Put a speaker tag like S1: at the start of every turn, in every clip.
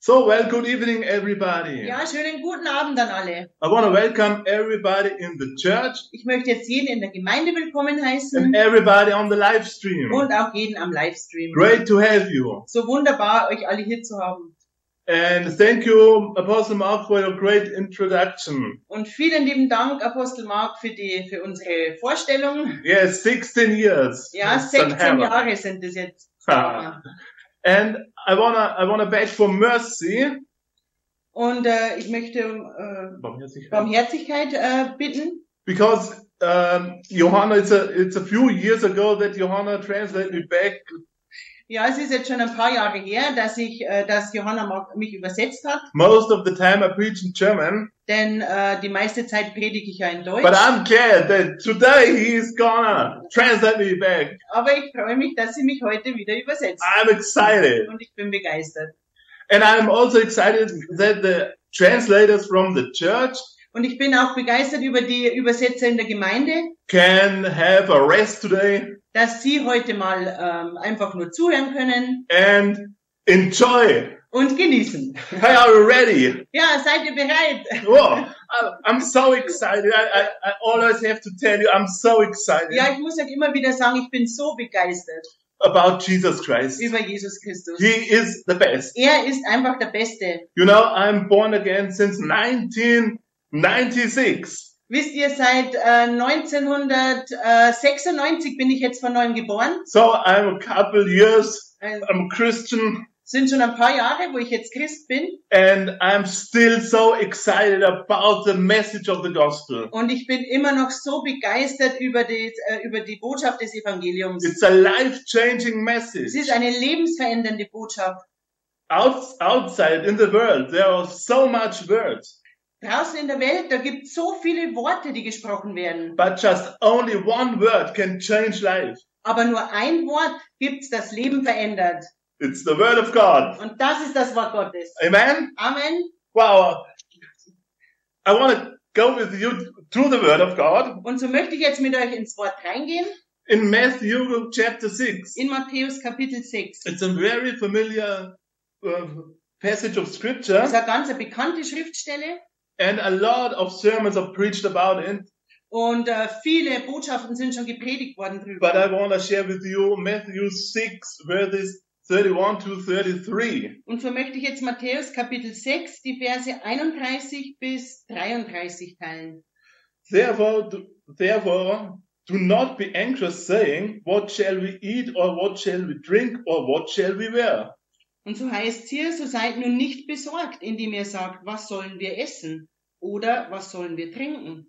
S1: So, well, good evening, everybody.
S2: Ja, schönen guten Abend an alle.
S1: I want to welcome everybody in the church
S2: Ich möchte jetzt jeden in der Gemeinde willkommen
S1: and
S2: heißen
S1: everybody on the live stream.
S2: und auch jeden am Livestream.
S1: Great to have you.
S2: So wunderbar, euch alle hier zu haben.
S1: And thank you, Apostle Mark, for your great introduction.
S2: Und vielen lieben Dank, Apostel Mark, für die, für unsere Vorstellung.
S1: Yes, 16 years.
S2: Ja,
S1: It's an
S2: 16
S1: heaven.
S2: Jahre sind es jetzt.
S1: Ah. And I wanna, I wanna beg for mercy.
S2: Und äh, ich möchte um äh, Barmherzigkeit äh, bitten,
S1: Because um, Johanna, it's a, it's a few years ago that Johanna translated me back
S2: Ja, es ist jetzt schon ein paar Jahre her, dass ich, äh, dass Johanna Mark mich übersetzt hat,
S1: Most of the time I preach in German,
S2: denn äh, die meiste Zeit predige ich ja in Deutsch.
S1: but I'm glad that today he is gonna translate me back.
S2: Aber ich freue mich, dass sie mich heute wieder übersetzt.
S1: I'm excited.
S2: Und ich bin begeistert.
S1: And I'm also excited that the translators from the church
S2: Und ich bin auch begeistert über die Übersetzer in der Gemeinde,
S1: can have a rest today
S2: dass sie heute mal ähm, einfach nur zuhören können
S1: and enjoy.
S2: und genießen.
S1: Hey, are you ready?
S2: Ja, seid ihr bereit?
S1: Whoa, I- I'm so excited. I, I, I always have to tell you, I'm so excited
S2: Ja, ich muss halt immer wieder sagen, ich bin so begeistert
S1: about Jesus Christ.
S2: über Jesus Christus.
S1: He is the best.
S2: Er ist einfach der Beste.
S1: You know, I'm born again since 1996.
S2: Wisst ihr, seit äh, 1996 bin ich jetzt von neuem geboren.
S1: So I'm a couple years,
S2: Äh,
S1: I'm a Christian,
S2: sind schon ein paar Jahre, wo ich jetzt Christ bin.
S1: and I'm still so excited about the message of the gospel.
S2: Und ich bin immer noch so begeistert über die, äh, über die Botschaft des Evangeliums.
S1: It's a life-changing message.
S2: Es ist eine lebensverändernde Botschaft.
S1: Out, outside in the world, there are so much words,
S2: Draußen in der Welt, da gibt es so viele Worte, die gesprochen werden.
S1: but just only one word can change life.
S2: Aber nur ein Wort gibt's, das Leben verändert.
S1: It's the word of God.
S2: Und das ist das Wort Gottes.
S1: Amen.
S2: Amen.
S1: Wow. I want to go with you through the word of God
S2: Und so möchte ich jetzt mit euch ins Wort reingehen.
S1: in Matthew chapter six.
S2: In Matthäus Kapitel 6.
S1: It's a very familiar uh, passage of
S2: Das ist
S1: scripture,
S2: eine ganz bekannte Schriftstelle.
S1: and a lot of sermons are preached about it.
S2: Und äh, viele Botschaften sind schon gepredigt worden drüber.
S1: But I want to share with you Matthew 6, verses 31 to 33.
S2: Und so möchte ich jetzt Matthäus Kapitel 6, die Verse 31 bis 33 teilen.
S1: Therefore, do, therefore, do not be anxious, saying, What shall we eat, or what shall we drink, or what shall we wear?
S2: Und so heißt hier, so seid nun nicht besorgt, indem ihr sagt, was sollen wir essen? Oder was sollen wir trinken?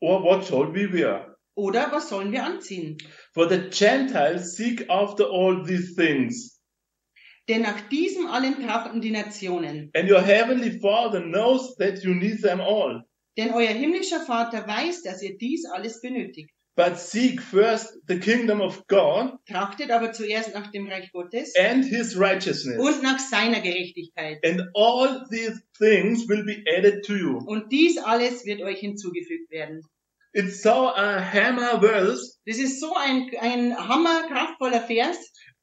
S1: Or what shall we wear?
S2: Oder was sollen wir anziehen?
S1: For the Gentiles seek after all these things,
S2: Denn nach diesem allen trachten die Nationen.
S1: and your heavenly Father knows that you need them all.
S2: Denn euer himmlischer Vater weiß, dass ihr dies alles benötigt.
S1: But seek first the kingdom of God
S2: Trachtet aber zuerst nach dem Reich Gottes
S1: and his righteousness,
S2: und nach seiner Gerechtigkeit.
S1: and all these things will be added to you.
S2: Und dies alles wird euch hinzugefügt werden.
S1: It's so a hammer verse,
S2: Das ist so ein, ein hammerkraftvoller Vers.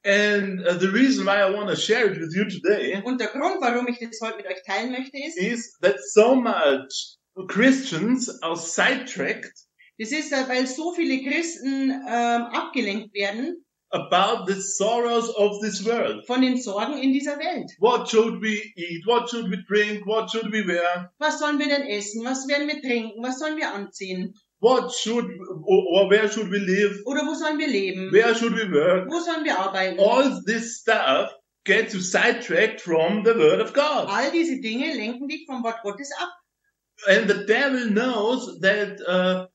S1: and uh, the reason why I want to share it with you today
S2: Und der Grund, warum ich das heute mit euch teilen möchte, ist,
S1: is that so much Christians are sidetracked
S2: Das ist, äh, weil so viele Christen ähm, abgelenkt werden
S1: about the sorrows of this world.
S2: von den Sorgen in dieser Welt.
S1: What should we eat? What should we drink? What should we wear?
S2: Was sollen wir denn essen? Was werden wir trinken? Was sollen wir anziehen?
S1: What should or, or where should we live?
S2: Oder wo sollen wir leben?
S1: Where should we work?
S2: Wo sollen wir arbeiten?
S1: all this stuff gets you sidetracked from the word of God.
S2: All diese Dinge lenken dich vom Wort Gottes ab.
S1: And the devil knows that uh,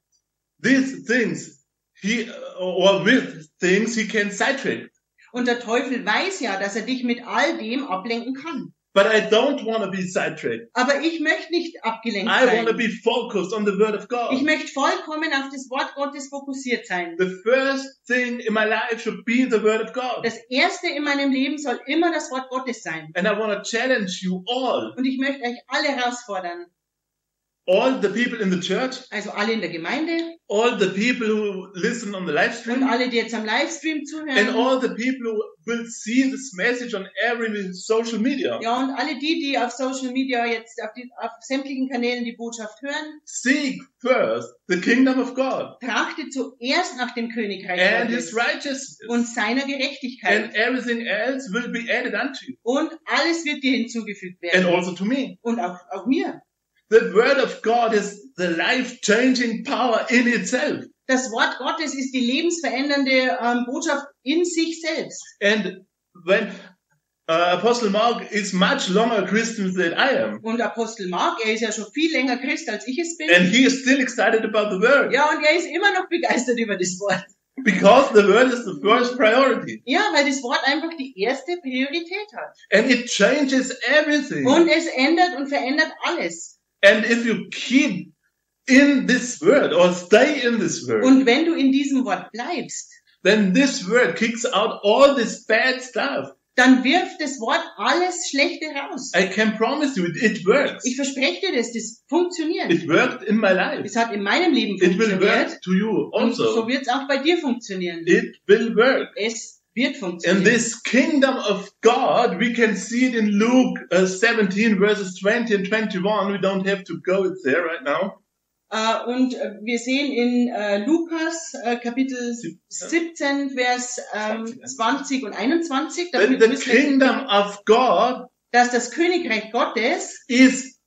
S1: these things, he or with things, he can sidetrack.
S2: Und der Teufel weiß ja, dass er dich mit all dem ablenken kann.
S1: But I don't want to be sidetracked.
S2: Aber ich möchte nicht abgelenkt
S1: I want to
S2: sein.
S1: be focused on the word of
S2: Ich
S1: God.
S2: möchte vollkommen auf das Wort Gottes fokussiert sein.
S1: The first thing in my life should be the word of God.
S2: Das Erste in meinem Leben soll immer das Wort Gottes sein.
S1: And I want to challenge you all
S2: Und ich möchte euch alle herausfordern.
S1: all the people in the church,
S2: Also alle in der Gemeinde
S1: all the people who listen on the live
S2: und
S1: stream,
S2: alle, die jetzt am Livestream
S1: and
S2: zuhören.
S1: all the people who will see this message on every social media.
S2: Ja, und alle die, die auf Social Media jetzt auf, die, auf sämtlichen Kanälen die Botschaft hören,
S1: Seek first the kingdom of God
S2: trachtet zuerst nach dem Königreich
S1: and his
S2: Gottes
S1: righteousness,
S2: und seiner Gerechtigkeit.
S1: and everything else will be added unto you,
S2: Und alles wird dir hinzugefügt
S1: and
S2: werden.
S1: also to me.
S2: Und auch, auch mir.
S1: The word of God is the life-changing power in itself.
S2: Das Wort Gottes ist die lebensverändernde ähm, Botschaft in sich selbst.
S1: And when uh, Apostle Mark is much longer Christian than I am,
S2: Und Apostel Mark, er ist ja schon viel länger Christ, als ich es bin.
S1: and he is still excited about the word
S2: ja, und er ist immer noch begeistert über das Wort.
S1: because the word is the first priority
S2: Ja, weil das Wort einfach die erste Priorität hat.
S1: and it changes everything.
S2: Und es ändert und verändert alles.
S1: And if you keep in this word or stay in this word,
S2: Und wenn du in diesem Wort bleibst,
S1: then this word kicks out all this bad stuff.
S2: dann wirft das Wort alles Schlechte raus.
S1: I can promise you, it, it works.
S2: Ich verspreche dir das, das funktioniert.
S1: It worked in my life.
S2: Es hat in meinem Leben
S1: It will
S2: funktioniert.
S1: work to you
S2: Und so
S1: also.
S2: wird es auch bei dir funktionieren.
S1: It will work.
S2: Es wird
S1: In
S2: funktionieren.
S1: this kingdom of God, we can see it in Luke uh, 17 verses 20 and 21. We don't have to go there right now.
S2: Äh, und äh, wir sehen in äh, Lukas äh, Kapitel 17, Vers ähm, 20 und 21,
S1: That
S2: damit
S1: the
S2: wissen wir,
S1: kingdom of God
S2: dass das Königreich Gottes
S1: is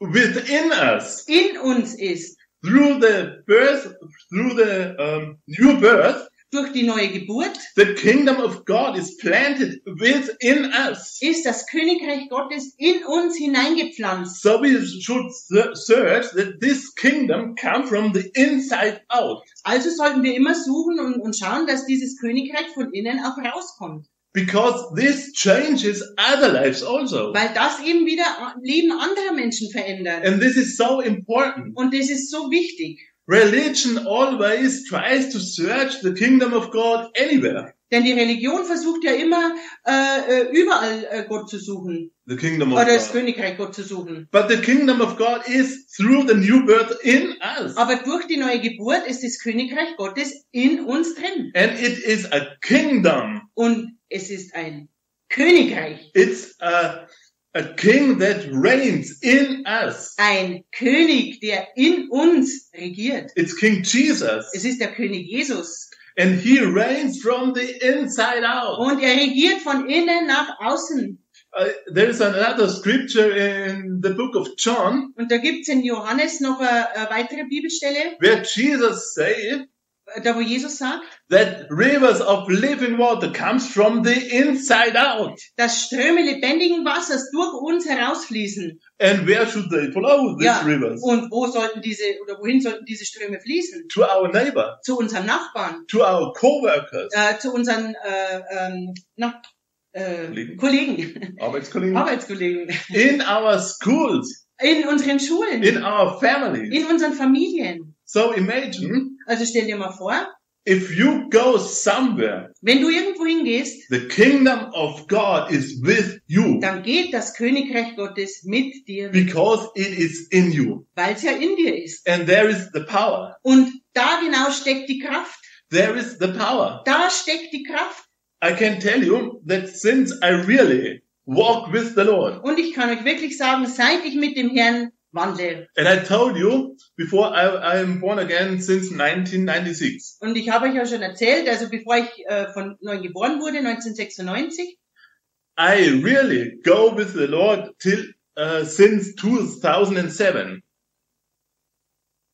S1: within us
S2: in uns ist.
S1: through the birth, through the um, new birth.
S2: Durch die neue Geburt
S1: The kingdom of God is planted within us.
S2: ist das Königreich Gottes in uns hineingepflanzt.
S1: So we should se- search that this kingdom come from the inside out.
S2: Also sollten wir immer suchen und, und schauen, dass dieses Königreich von innen auch rauskommt.
S1: Because this changes other lives also.
S2: Weil das eben wieder a- Leben anderer Menschen verändert.
S1: And this is so important.
S2: Und das ist so wichtig.
S1: Religion always tries to search the kingdom of God anywhere.
S2: Denn die Religion versucht ja immer, äh, äh, überall äh, Gott zu suchen.
S1: The kingdom of
S2: Oder das
S1: God.
S2: Königreich Gott zu suchen.
S1: But the kingdom of God is through the new birth in us.
S2: Aber durch die neue Geburt ist das Königreich Gottes in uns drin.
S1: And it is a kingdom.
S2: Und es ist ein Königreich.
S1: It's a, a king that reigns in us.
S2: Ein König, der in uns regiert.
S1: It's King
S2: Es
S1: Jesus.
S2: ist der König Jesus.
S1: And he reigns from the inside out.
S2: Und er regiert von innen nach außen.
S1: Uh, there is another scripture in the book of John
S2: Und da gibt's in Johannes noch eine, eine weitere Bibelstelle,
S1: where Jesus said,
S2: da wo Jesus sagt,
S1: that rivers of living water comes from the inside out.
S2: dass Ströme lebendigen Wassers durch uns herausfließen.
S1: And where should they flow, these
S2: Ja,
S1: rivers?
S2: und wo sollten diese, oder wohin sollten diese Ströme fließen?
S1: To our neighbor,
S2: Zu unseren Nachbarn,
S1: to our co-workers.
S2: äh, zu unseren äh, ähm, na, äh,
S1: Kollegen. Mhm.
S2: Kollegen,
S1: Arbeitskollegen.
S2: Arbeitskollegen,
S1: In our schools,
S2: in unseren Schulen,
S1: in our families.
S2: in unseren Familien.
S1: So imagine
S2: Also stell dir mal vor,
S1: if you go somewhere,
S2: wenn du irgendwo hingehst,
S1: the kingdom of God is with you
S2: dann geht das Königreich Gottes mit dir,
S1: because it is in you.
S2: weil es ja in dir ist.
S1: And there is the power.
S2: Und da genau steckt die Kraft.
S1: There is the power.
S2: Da steckt die Kraft.
S1: I can tell you that since I really walk with the Lord,
S2: Und ich kann euch wirklich sagen, seit ich mit dem Herrn wandle,
S1: And I told you before I, I'm born again since 1996.
S2: Und ich habe euch ja schon erzählt, also bevor ich äh, von neuem geboren wurde, 1996,
S1: I really go with the Lord till uh, since 2007.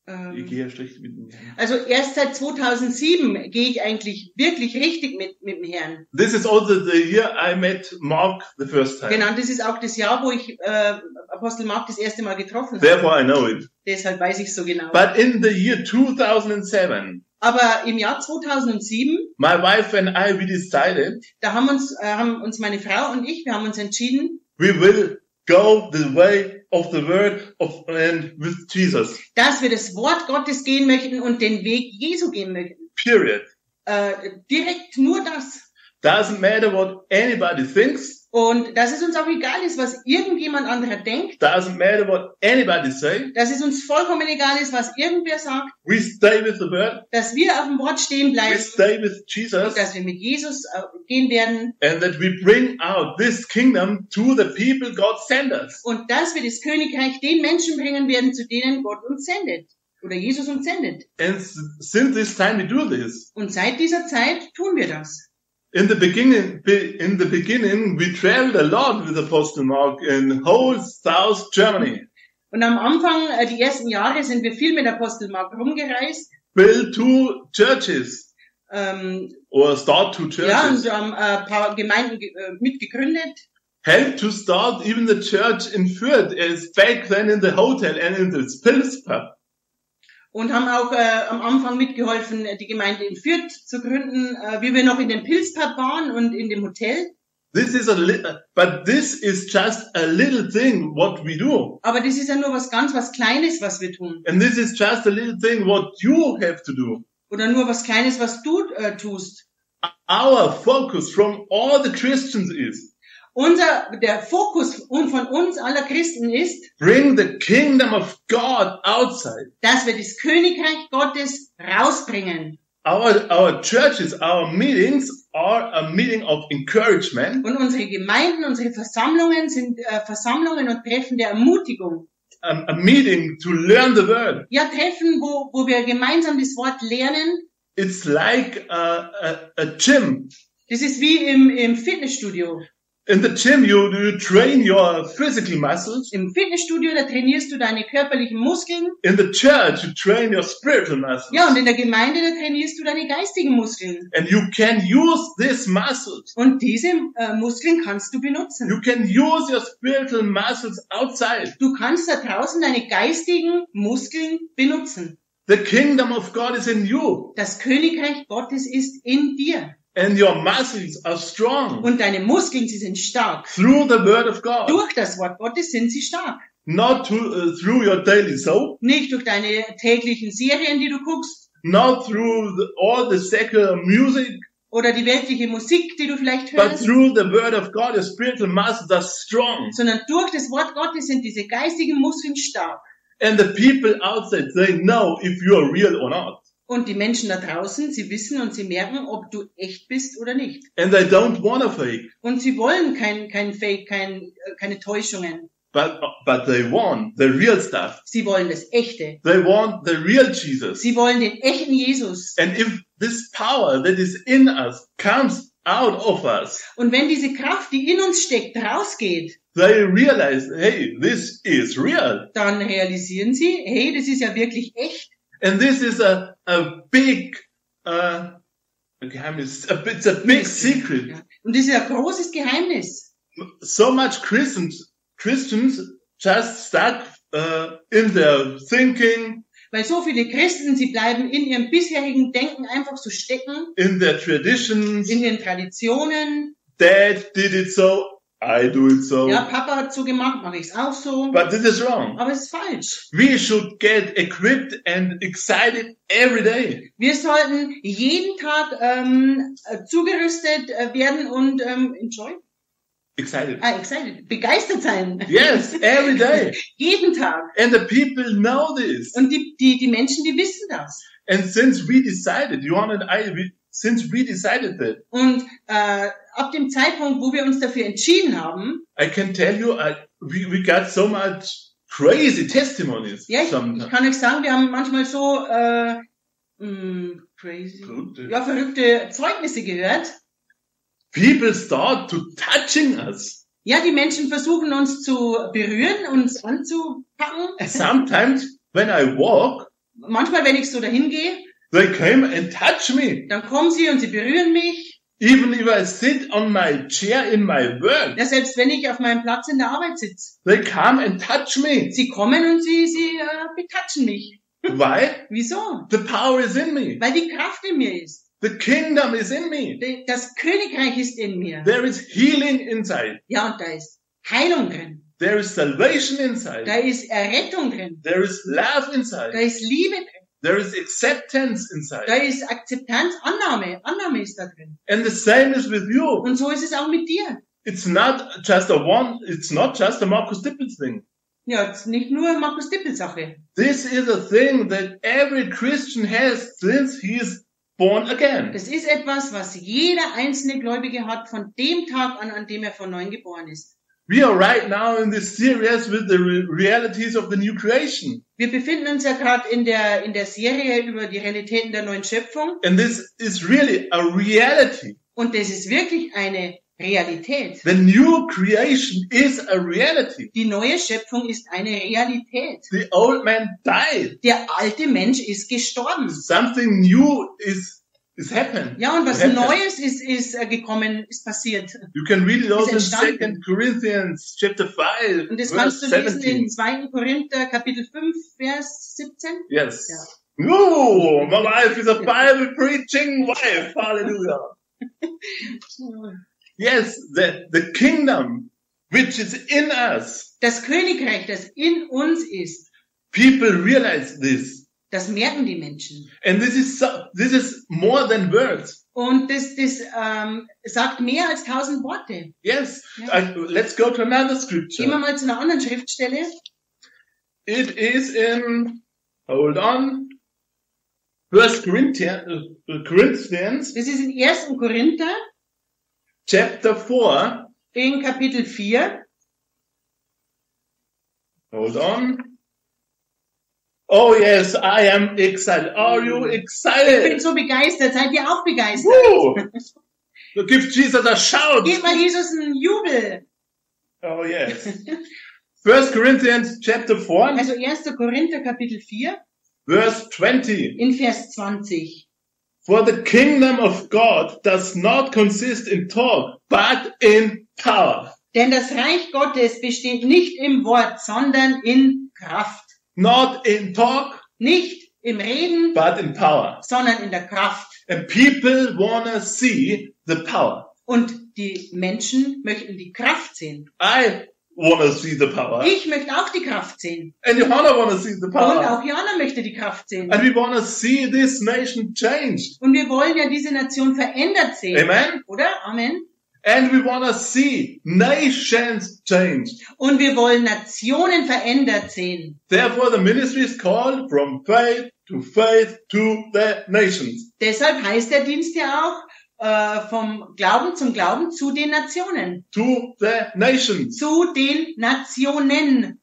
S1: Ich
S2: ähm,
S1: gehe ja schlecht mit dem Herrn.
S2: also erst seit 2007 gehe ich eigentlich wirklich richtig mit, mit dem Herrn.
S1: This is also the year I met Mark the first time.
S2: Genau, und das ist auch das Jahr, wo ich äh, Apostel Mark das erste Mal getroffen habe.
S1: Therefore I know it.
S2: Deshalb weiß ich so genau.
S1: But in the year 2007,
S2: Aber im Jahr 2007,
S1: my wife and I, we decided
S2: da haben uns, äh, haben uns meine Frau und ich, wir haben uns entschieden,
S1: we will go the way of the word of and with Jesus.
S2: dass wir das Wort Gottes gehen möchten und den Weg Jesu gehen möchten.
S1: Period.
S2: Äh, direkt nur das.
S1: Doesn't matter what anybody thinks.
S2: Und dass es uns auch egal ist, was irgendjemand anderer denkt,
S1: Doesn't matter what anybody say.
S2: dass es uns vollkommen egal ist, was irgendwer sagt,
S1: We stay with the word.
S2: dass wir auf dem Wort stehen
S1: We
S2: bleiben
S1: stay with
S2: und
S1: Jesus,
S2: dass wir mit Jesus äh, gehen werden
S1: and that we bring out this kingdom to the people God sent us.
S2: und dass wir das Königreich den Menschen bringen werden, zu denen Gott uns sendet oder Jesus uns sendet.
S1: And s- since this time we do this.
S2: Und seit dieser Zeit tun wir das.
S1: In the beginning, be- in the beginning, we traveled a lot with Apostle Mark in whole South Germany,
S2: Und am Anfang, äh, die ersten Jahre, sind wir viel mit Apostelmark rumgereist.
S1: built two churches
S2: Ähm,
S1: or start two
S2: ja, und
S1: churches,
S2: haben äh, ein paar Gemeinden ge- äh, mitgegründet.
S1: helped to start even the church in Fürth as back then in the hotel and in the Pils pub.
S2: und haben auch äh, am Anfang mitgeholfen, die Gemeinde in Fürth zu gründen, äh, wie wir noch in dem Pilzpub waren und in dem Hotel.
S1: This is a li- but this is just a little thing what we do.
S2: Aber das ist ja nur was ganz, was Kleines, was wir tun.
S1: And this is just a little thing what you have to do.
S2: Oder nur was Kleines, was du äh, tust.
S1: Our focus from all the Christians is
S2: Unser, der Fokus un- von uns aller Christen ist,
S1: bring the kingdom of God outside.
S2: dass wir das Königreich Gottes rausbringen.
S1: Our, our churches, our meetings are a meeting of encouragement,
S2: Und unsere Gemeinden, unsere Versammlungen sind äh, Versammlungen und Treffen der Ermutigung.
S1: a, a meeting to learn the word.
S2: Ja, Treffen, wo, wo wir gemeinsam das Wort lernen.
S1: It's like a, a, a gym.
S2: Das ist wie im, im Fitnessstudio.
S1: In the gym, you, you train your physical muscles.
S2: Im Fitnessstudio, da trainierst du deine körperlichen Muskeln.
S1: In the church, you train your spiritual muscles.
S2: Ja, und in der Gemeinde, da trainierst du deine geistigen Muskeln.
S1: And you can use these muscles.
S2: Und diese äh, Muskeln kannst du benutzen.
S1: You can use your spiritual muscles outside.
S2: Du kannst da draußen deine geistigen Muskeln benutzen.
S1: The kingdom of God is in you.
S2: Das Königreich Gottes ist in dir.
S1: And your muscles are strong
S2: Und deine Muskeln, sie sind stark.
S1: through the word of God.
S2: Durch das Wort Gottes sind sie stark.
S1: Not to, uh, through your daily soap.
S2: Nicht durch deine täglichen Serien, die du guckst.
S1: Not through the, all the secular music.
S2: Oder die weltliche Musik, die du vielleicht
S1: But
S2: hörst.
S1: through the word of God, your spiritual muscles are strong.
S2: Sondern durch das Wort Gottes sind diese geistigen Muskeln stark.
S1: And the people outside, they know if you are real or not.
S2: Und die Menschen da draußen, sie wissen und sie merken, ob du echt bist oder nicht.
S1: And they don't want to fake.
S2: Und sie wollen kein, kein Fake, kein, äh, keine Täuschungen.
S1: But, but they want the real stuff.
S2: Sie wollen das Echte.
S1: They want the real Jesus.
S2: Sie wollen den echten Jesus.
S1: And if this power that is in us comes out of us,
S2: Und wenn diese Kraft, die in uns steckt, rausgeht,
S1: they realize, hey, this is real.
S2: dann realisieren sie, hey, das ist ja wirklich echt.
S1: And this is a, a big, uh, okay, I mean, it's a, it's a big secret.
S2: Ja. Und das ist ein großes Geheimnis.
S1: So much Christians, Christians just stuck, uh, in their thinking,
S2: Weil so viele Christen, sie bleiben in ihrem bisherigen Denken einfach so stecken,
S1: in their traditions.
S2: in ihren Traditionen.
S1: Dad did it so, I do it so.
S2: Ja, Papa hat so gemacht, mache ich es auch so.
S1: But this is wrong.
S2: Aber es ist falsch.
S1: We should get equipped and excited every day.
S2: Wir sollten jeden Tag ähm, äh, zugerüstet äh, werden und ähm, enjoy,
S1: Excited.
S2: ah, excited, begeistert sein.
S1: Yes, every day.
S2: jeden Tag.
S1: And the people know this.
S2: Und die, die, die Menschen, die wissen das.
S1: And since we decided, Johan and I, we, since we decided that,
S2: Und äh, ab dem Zeitpunkt, wo wir uns dafür entschieden haben,
S1: I can tell you, I, we, we got so much crazy testimonies.
S2: ja, ich, ich
S1: sometimes.
S2: kann euch sagen, wir haben manchmal so äh, mh, crazy, ja, verrückte Zeugnisse gehört.
S1: People start to touching us.
S2: Ja, die Menschen versuchen uns zu berühren, uns anzupacken.
S1: Sometimes when I walk,
S2: Manchmal, wenn ich so dahin gehe,
S1: they came and touch me.
S2: dann kommen sie und sie berühren mich.
S1: Even if I sit on my chair in my work,
S2: Ja, selbst wenn ich auf meinem Platz in der Arbeit sitze.
S1: they come and touch me.
S2: Sie kommen und sie, sie äh, betatschen mich.
S1: Why?
S2: Wieso?
S1: The power is in me.
S2: Weil die Kraft in mir ist.
S1: The kingdom is in me.
S2: De- Das Königreich ist in mir.
S1: There is healing inside.
S2: Ja, und da ist Heilung drin.
S1: There is salvation
S2: Da
S1: inside.
S2: ist Errettung drin.
S1: There is love
S2: Da
S1: inside.
S2: ist Liebe drin.
S1: There is acceptance
S2: Da
S1: inside.
S2: ist Akzeptanz, Annahme. Annahme ist da drin.
S1: And the same is with you.
S2: Und so ist es auch mit dir.
S1: It's not just a one, it's not just a Marcus Dippel thing.
S2: Ja, es ist nicht nur Markus Dippel Sache.
S1: This is a thing that every Christian has since he is born again.
S2: Das ist etwas, was jeder einzelne Gläubige hat von dem Tag an, an dem er von neuem geboren ist.
S1: We are right now in this series with the re- realities of the new creation.
S2: Wir befinden uns ja gerade in der, in der Serie über die Realitäten der neuen Schöpfung
S1: And this is really a reality.
S2: und das ist wirklich eine Realität.
S1: The new creation is a reality.
S2: Die neue Schöpfung ist eine Realität.
S1: The old man died.
S2: Der alte Mensch ist gestorben.
S1: Something new is, is happened.
S2: Ja, und was
S1: Happened.
S2: Neues ist, ist äh, gekommen, ist passiert.
S1: You can read it also in
S2: entstanden.
S1: Second Corinthians chapter 5.
S2: Und das
S1: verse
S2: kannst du lesen
S1: 17.
S2: in 2. Korinther, Kapitel 5, Vers 17.
S1: Yes. No, my wife is a Bible preaching wife. Hallelujah. Yes, the, the kingdom which is in us.
S2: Das Königreich, das in uns ist,
S1: People realize this.
S2: das merken die Menschen.
S1: And this is, so- this is more than words.
S2: Und das, das ähm, sagt mehr als tausend Worte.
S1: Yes.
S2: Yeah.
S1: I, let's go to another
S2: Gehen wir
S1: scripture.
S2: mal zu einer anderen Schriftstelle.
S1: It is in, hold on. First Corinthians, uh, Corinthians
S2: Das ist in 1. Korinther,
S1: chapter 4.
S2: in Kapitel 4.
S1: Hold on. Oh yes, I am excited. Are you
S2: Ich bin
S1: excited?
S2: so begeistert, seid ihr auch begeistert?
S1: Woo! So give Jesus a shout.
S2: Gebt mal Jesus einen Jubel.
S1: Oh yes. First Corinthians chapter 4,
S2: Also 1. Korinther, Kapitel 4,
S1: verse 20.
S2: in Vers 20.
S1: For the kingdom of God does not consist in talk, but in power.
S2: Denn das Reich Gottes besteht nicht im Wort, sondern in Kraft.
S1: Not in talk,
S2: Nicht im Reden,
S1: but in power.
S2: sondern in der Kraft.
S1: And people wanna see the power.
S2: Und die Menschen möchten die Kraft sehen.
S1: I wanna see the power.
S2: Ich möchte auch die Kraft sehen.
S1: And Johanna wanna see the
S2: Und
S1: power.
S2: auch Johanna möchte die Kraft sehen.
S1: And we wanna see this nation changed.
S2: Und wir wollen ja diese Nation verändert sehen.
S1: Amen.
S2: Oder? Amen.
S1: And we wanna see nations changed.
S2: Und wir wollen Nationen verändert sehen.
S1: Therefore, the ministry is called from faith to faith to the nations.
S2: Deshalb heißt der Dienst ja auch äh, vom Glauben zum Glauben zu den Nationen.
S1: To the nations.
S2: Zu den Nationen.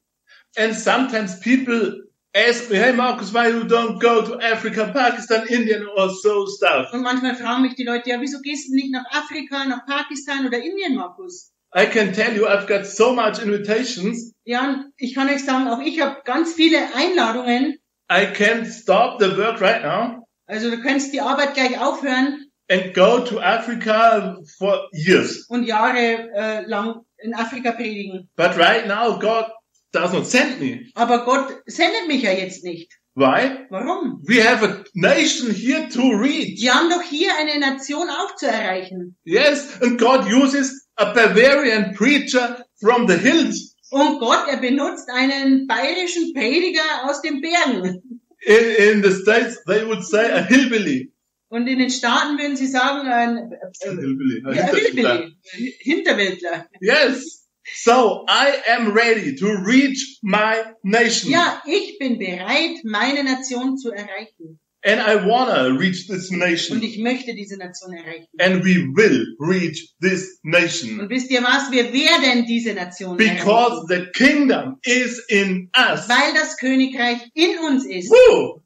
S1: And sometimes people ask me, hey Marcus, why you don't go to Africa, Pakistan, Indian or so stuff?
S2: Und manchmal fragen mich die Leute, ja, wieso gehst du nicht nach Afrika, nach Pakistan oder Indien, Markus?
S1: I can tell you I've got so much invitations.
S2: Ja, und ich kann euch sagen, auch ich habe ganz viele Einladungen.
S1: I can stop the work right now
S2: Also du könntest die Arbeit gleich aufhören
S1: and go to Africa for years.
S2: und Jahre äh, lang in Afrika predigen.
S1: But right now God does not send me.
S2: Aber Gott sendet mich ja jetzt nicht.
S1: Why?
S2: Warum?
S1: We have a nation here to reach.
S2: Wir haben doch hier eine Nation auch zu erreichen.
S1: Yes, and God uses a Bavarian preacher from the hills
S2: Und Gott, er benutzt einen bayerischen Prediger aus den Bergen.
S1: in, in the States. They would say a hillbilly.
S2: Und in den Staaten würden sie sagen, ein
S1: A
S2: äh,
S1: hillbilly. a
S2: ja,
S1: Hinterwäldler.
S2: Hillbilly, Hinterwäldler.
S1: Yes. So I am ready to reach my nation.
S2: Ja, ich bin bereit, meine Nation zu erreichen.
S1: And I wanna reach this
S2: Und
S1: nation.
S2: ich möchte diese Nation erreichen.
S1: And we will reach this nation.
S2: Und wisst ihr was? Wir werden diese Nation
S1: Because
S2: erreichen.
S1: the kingdom is in us.
S2: Weil das Königreich in uns ist.
S1: Woo!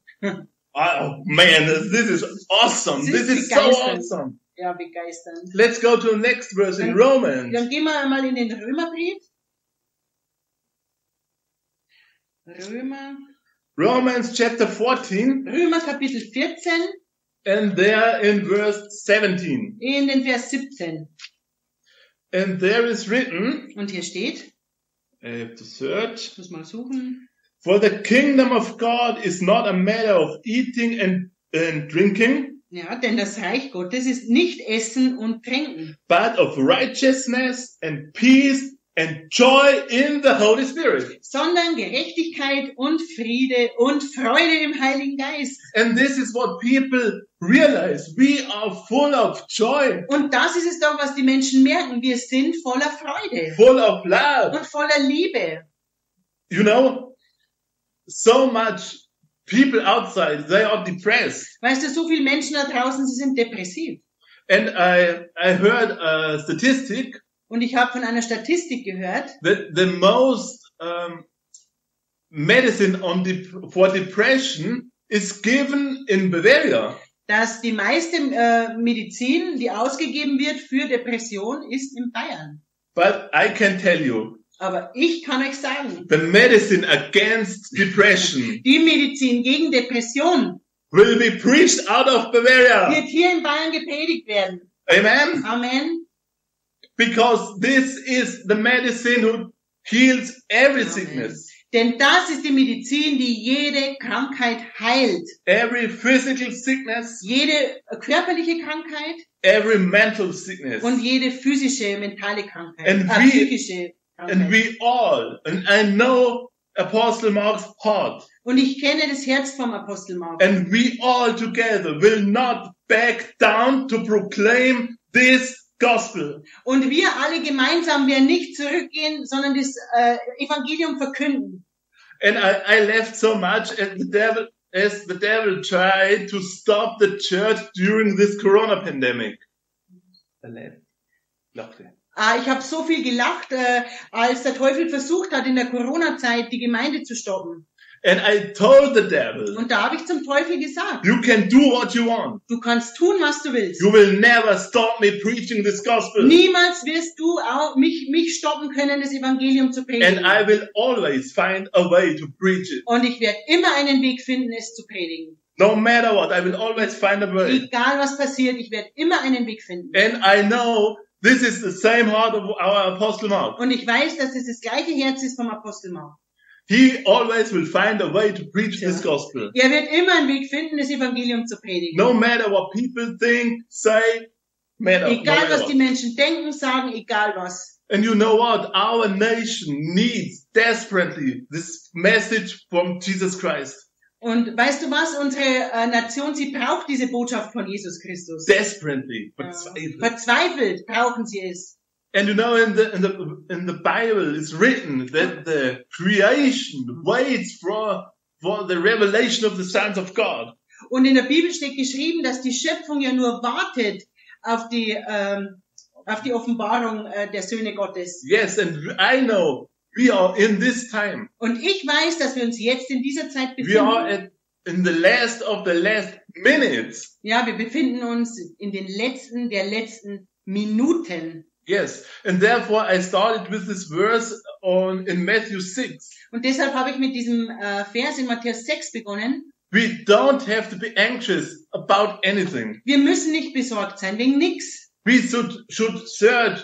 S1: Oh man, this, this is awesome.
S2: This
S1: This
S2: is
S1: is so
S2: begeistering.
S1: awesome.
S2: Ja, begeisternd.
S1: Let's go to the next verse in
S2: Dann-
S1: Romans.
S2: Dann gehen wir mal in den Römerbrief. Römer,
S1: Romans chapter 14
S2: Römer Kapitel 14
S1: and there in verse 17.
S2: in den Vers 17.
S1: And there is written,
S2: Und hier steht,
S1: I have to search,
S2: ich muss mal suchen,
S1: for the kingdom of God is not a matter of eating and, and drinking,
S2: ja, denn das Reich Gottes ist nicht Essen und Trinken,
S1: but of righteousness and peace and joy in the Holy Spirit.
S2: sondern Gerechtigkeit und Friede und Freude im Heiligen Geist.
S1: And this is what people realize. We are full of joy,
S2: Und das ist es doch, was die Menschen merken. Wir sind voller Freude
S1: full of love.
S2: und voller Liebe.
S1: You know, so much people outside, they are depressed.
S2: Weißt du, so viele Menschen da draußen, sie sind depressiv.
S1: And I, I heard a statistic
S2: Und ich habe von einer Statistik gehört,
S1: that the most um, medicine on dep for depression is given in Bavaria.
S2: dass die meiste äh, Medizin, die ausgegeben wird für Depression, ist in Bayern.
S1: But I can tell you,
S2: Aber ich kann euch sagen,
S1: the medicine against depression
S2: die Medizin gegen Depression
S1: will be preached out of Bavaria.
S2: wird hier in Bayern gepredigt werden.
S1: Amen?
S2: Amen.
S1: Because this is the medicine who heals every
S2: Amen.
S1: sickness,
S2: Genau. Denn das ist die Medizin, die jede Krankheit heilt.
S1: every physical sickness,
S2: Jede körperliche Krankheit
S1: every mental sickness.
S2: und jede physische, mentale Krankheit.
S1: And
S2: äh,
S1: we-
S2: psychische
S1: And
S2: Krankheit.
S1: we all, and I know Apostle Mark's heart,
S2: Und ich kenne das Herz vom Apostel Markus.
S1: And we all together will not back down to proclaim this gospel.
S2: Und wir alle gemeinsam werden nicht zurückgehen, sondern das äh, Evangelium verkünden.
S1: And I, I left so much as the devil as the devil tried to stop the church during this corona pandemic. I left. Lovely.
S2: Ah, ich habe so viel gelacht, äh, als der Teufel versucht hat, in der Corona-Zeit die Gemeinde zu stoppen.
S1: And I told the devil,
S2: Und da habe ich zum Teufel gesagt,
S1: you can do what you want.
S2: du kannst tun, was du willst.
S1: You will never stop me preaching this gospel.
S2: Niemals wirst du auch mich, mich stoppen können, das Evangelium zu predigen.
S1: And I will always find a way to preach it.
S2: Und ich werde immer einen Weg finden, es zu predigen.
S1: No matter what, I will always find a way.
S2: Egal was passiert, ich werde immer einen Weg finden.
S1: And I know this is the same heart of our Apostle Mark.
S2: Und ich weiß, dass es das gleiche Herz ist vom Apostel Mark.
S1: He always will find a way to preach
S2: Yeah.
S1: this gospel.
S2: Er wird immer einen Weg finden, das Evangelium zu predigen.
S1: No matter what people think, say, matter. no
S2: Egal
S1: matter
S2: was
S1: what.
S2: die Menschen denken, sagen, egal was.
S1: And you know what? Our nation needs desperately this message from Jesus Christ.
S2: Und weißt du was? Unsere äh, Nation, sie braucht diese Botschaft von Jesus Christus.
S1: Desperately.
S2: Ja.
S1: Verzweifelt.
S2: Verzweifelt brauchen sie es.
S1: And you know, in the, in the, in the Bible it's written that the creation waits for, for the revelation of the sons of God.
S2: Und in der Bibel steht geschrieben, dass die Schöpfung ja nur wartet auf die, ähm, auf die Offenbarung äh, der Söhne Gottes.
S1: Yes, and I know we are in this time.
S2: Und ich weiß, dass wir uns jetzt in dieser Zeit
S1: We are
S2: befinden.
S1: at in the last of the last minutes.
S2: Ja, wir befinden uns in den letzten der letzten Minuten.
S1: Yes, and therefore I started with this verse on in Matthew six.
S2: Und deshalb habe ich mit diesem äh, Vers in Matthäus 6 begonnen.
S1: We don't have to be anxious about anything.
S2: Wir müssen nicht besorgt sein wegen nichts.
S1: We should should search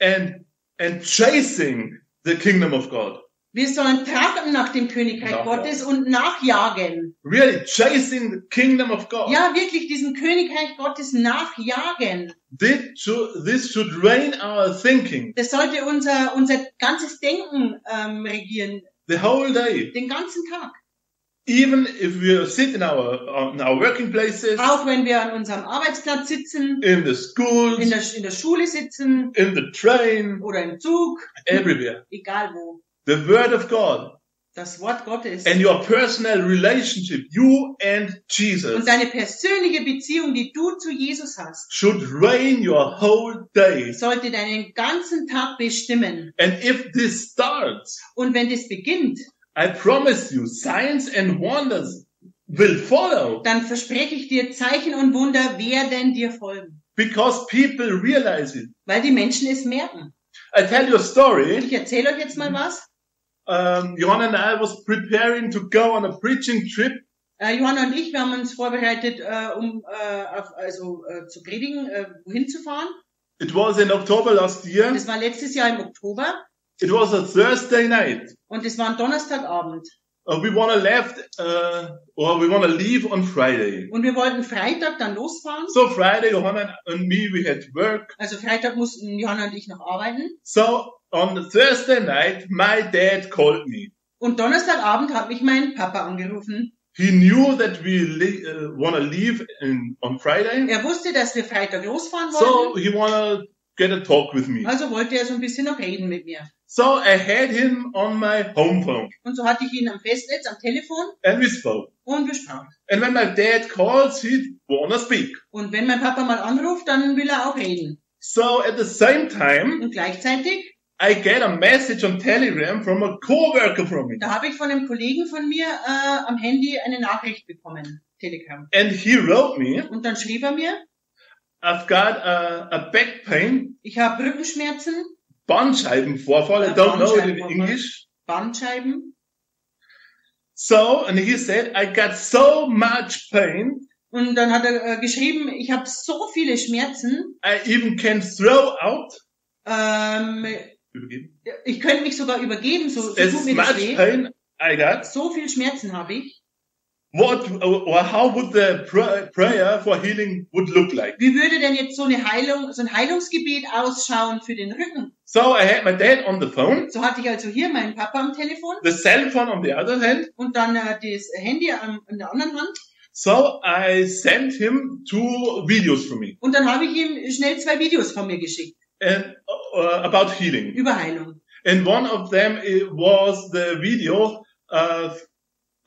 S1: and and chasing the kingdom of God.
S2: Wir sollen trachten nach dem Königreich
S1: Nachjagen.
S2: Gottes und nachjagen.
S1: Really chasing the kingdom of God.
S2: Ja, wirklich diesem Königreich Gottes nachjagen.
S1: This should, this should reign our thinking
S2: Das sollte unser, unser ganzes Denken ähm, regieren,
S1: the whole day.
S2: den ganzen Tag.
S1: even if we sit in our in our working places,
S2: Auch wenn wir an unserem Arbeitsplatz sitzen,
S1: in the schools,
S2: in
S1: in
S2: der, in der Schule sitzen
S1: the, train,
S2: oder im Zug,
S1: everywhere.
S2: egal wo.
S1: The word of God
S2: Das Wort Gottes
S1: and your personal relationship, you and Jesus,
S2: und deine persönliche Beziehung, die du zu Jesus hast,
S1: should reign your whole day.
S2: sollte deinen ganzen Tag bestimmen.
S1: And if this starts,
S2: Und wenn das beginnt,
S1: I promise you, signs and wonders will follow
S2: dann verspreche ich dir, Zeichen und Wunder werden dir folgen,
S1: because people realize it.
S2: weil die Menschen es merken.
S1: I tell you a story.
S2: Ich erzähle euch jetzt mal was.
S1: Um, Johan and I was preparing to go on a preaching trip
S2: Äh, Johanna und ich, wir haben uns vorbereitet, äh, um äh, auf, also äh, zu predigen, äh, wohin zu fahren.
S1: It was in October last year.
S2: Das war letztes Jahr im Oktober
S1: It was a Thursday night.
S2: und es war ein Donnerstagabend.
S1: Uh, we want to left, uh, or we want to leave on Friday.
S2: Und wir wollten Freitag dann losfahren.
S1: So Friday, Johanna and me, we had work.
S2: Also Freitag mussten Johanna und ich noch arbeiten.
S1: So on Thursday night, my dad called me.
S2: Und Donnerstagabend hat mich mein Papa angerufen.
S1: He knew that we li- uh, wanna leave in, on Friday,
S2: Er wusste, dass wir Freitag losfahren
S1: so
S2: wollten.
S1: he wanna get a talk with me.
S2: Also wollte er so ein bisschen noch reden mit mir.
S1: So I had him on my home phone
S2: Und so hatte ich ihn am Festnetz, am Telefon
S1: and we spoke.
S2: und wir sprachen.
S1: And when my dad calls, he wanna speak.
S2: Und wenn mein Papa mal anruft, dann will er auch reden.
S1: So at the same time,
S2: Und gleichzeitig,
S1: I get a message on Telegram from a coworker from him.
S2: da habe ich von einem Kollegen von mir äh, am Handy eine Nachricht bekommen, Telegram.
S1: And he wrote me,
S2: Und dann schrieb er mir,
S1: I've got a, a back pain,
S2: ich habe Rückenschmerzen,
S1: Bandscheibenvorfall, I don't know it in English.
S2: Bandscheiben.
S1: So, and he said, I got so much pain,
S2: Und dann hat er äh, geschrieben, ich habe so viele Schmerzen,
S1: I even can throw out
S2: ähm, ich könnte mich sogar übergeben, so, so tut
S1: as
S2: mir das
S1: much
S2: weh.
S1: pain I got.
S2: So viel Schmerzen habe ich.
S1: What or how would the pr- prayer for healing would look like?
S2: Wie würde denn jetzt so eine Heilung, so ein Heilungsgebet ausschauen für den Rücken?
S1: So I had my dad on the phone,
S2: So hatte ich also hier meinen Papa am Telefon
S1: the cell phone on the other hand.
S2: und dann äh, das Handy am, an der anderen Hand
S1: So I sent him two videos for me
S2: und dann habe ich ihm schnell zwei Videos von mir geschickt
S1: and uh, about healing.
S2: über Heilung.
S1: And one of them it was the video uh,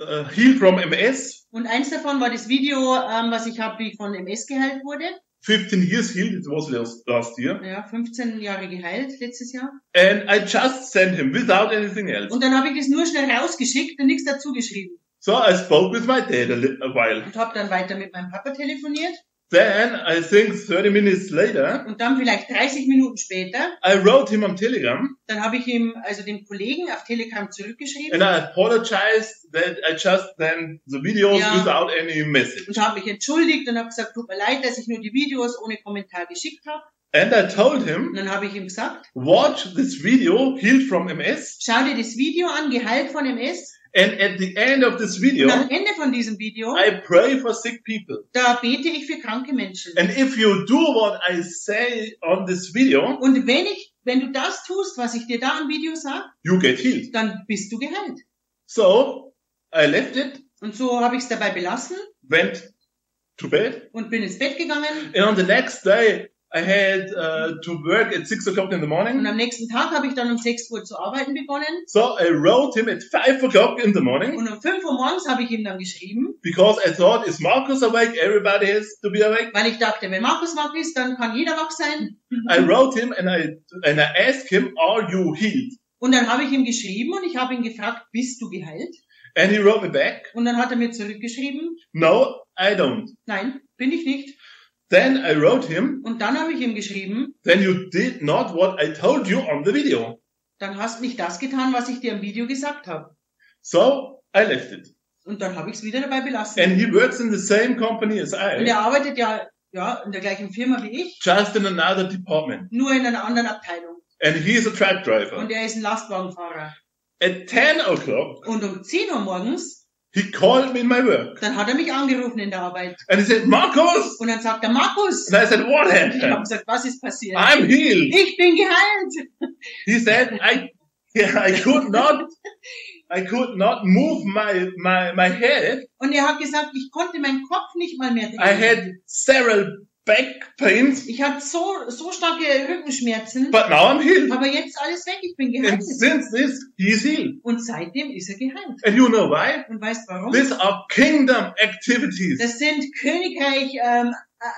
S1: uh, heal from MS.
S2: Und eins davon war das Video, ähm, was ich habe, wie ich von MS geheilt wurde.
S1: 15 years healed. It was last, last year.
S2: Ja, 15 Jahre geheilt letztes Jahr.
S1: And I just sent him without anything else.
S2: Und dann habe ich das nur schnell rausgeschickt und nichts dazu geschrieben.
S1: So I spoke with my dad a, li- a while.
S2: Und habe dann weiter mit meinem Papa telefoniert.
S1: Then I think 30 minutes later,
S2: Und dann vielleicht 30 Minuten später,
S1: I wrote him on Telegram
S2: dann habe ich ihm, also dem Kollegen auf Telegram
S1: and
S2: zurückgeschrieben
S1: I apologized that I just sent the videos
S2: Yeah.
S1: without any message.
S2: und habe mich entschuldigt und habe gesagt, tut mir leid, dass ich nur die Videos ohne Kommentar geschickt habe.
S1: And I told
S2: Und
S1: him,
S2: dann habe ich ihm gesagt,
S1: watch this video healed from MS.
S2: schau dir das Video an, Gehalt von MS.
S1: And at the end of this video,
S2: Und am Ende von diesem Video,
S1: I pray for sick people.
S2: da bete ich für kranke Menschen.
S1: And if you do what I say on this video,
S2: Und wenn ich, wenn du das tust, was ich dir da im Video sag,
S1: you get healed.
S2: dann bist du geheilt.
S1: So I left it,
S2: Und so habe ich es dabei belassen
S1: went to bed,
S2: und bin ins Bett gegangen.
S1: And on the next day, I had uh, to work at six o'clock in the
S2: Und
S1: morning.
S2: am nächsten Tag habe ich dann um 6 Uhr zu arbeiten begonnen.
S1: So I wrote him at five o'clock in the morning
S2: Und um 5 Uhr morgens habe ich ihm dann geschrieben,
S1: because I thought, is Marcus awake? Everybody has to be awake.
S2: weil ich dachte, wenn Markus wach ist, dann kann jeder wach sein.
S1: I wrote him and I and I asked him, "Are you healed?"
S2: Und dann habe ich ihm geschrieben und ich habe ihn gefragt, bist du geheilt?
S1: And he wrote me back,
S2: Und dann hat er mir zurückgeschrieben,
S1: "No, I don't."
S2: nein, bin ich nicht.
S1: Then I wrote him,
S2: Und dann habe ich ihm geschrieben,
S1: "Then you did not what I told you on the video."
S2: dann hast nicht das getan, was ich dir im Video gesagt habe.
S1: So I left it.
S2: Und dann habe ich es wieder dabei belassen.
S1: And he works in the same company as
S2: Und
S1: I,
S2: er arbeitet ja, ja in der gleichen Firma wie ich,
S1: just in another department.
S2: nur in einer anderen Abteilung.
S1: And he is a truck driver.
S2: Und er ist ein Lastwagenfahrer.
S1: At ten o'clock,
S2: Und um 10 Uhr morgens,
S1: He called me in my work
S2: dann hat er mich angerufen in der Arbeit.
S1: and he said, Marcos!
S2: Und dann sagt er, Markus!
S1: And I said, What
S2: Ich habe
S1: happened?
S2: gesagt, was ist passiert?
S1: I'm healed.
S2: Ich bin geheilt!
S1: He said, I, yeah, I could not, I could not move my, my, my head.
S2: Und er hat gesagt, ich konnte meinen Kopf nicht mal mehr
S1: I
S2: drehen.
S1: had several back pains,
S2: Ich hatte so, so starke Rückenschmerzen,
S1: but now I'm healed.
S2: aber jetzt alles weg, ich bin
S1: And
S2: geheilt.
S1: since this, he's healed.
S2: Und seitdem ist er geheilt.
S1: And you know why?
S2: Und weißt warum?
S1: These are kingdom activities.
S2: Das sind Königreich ähm,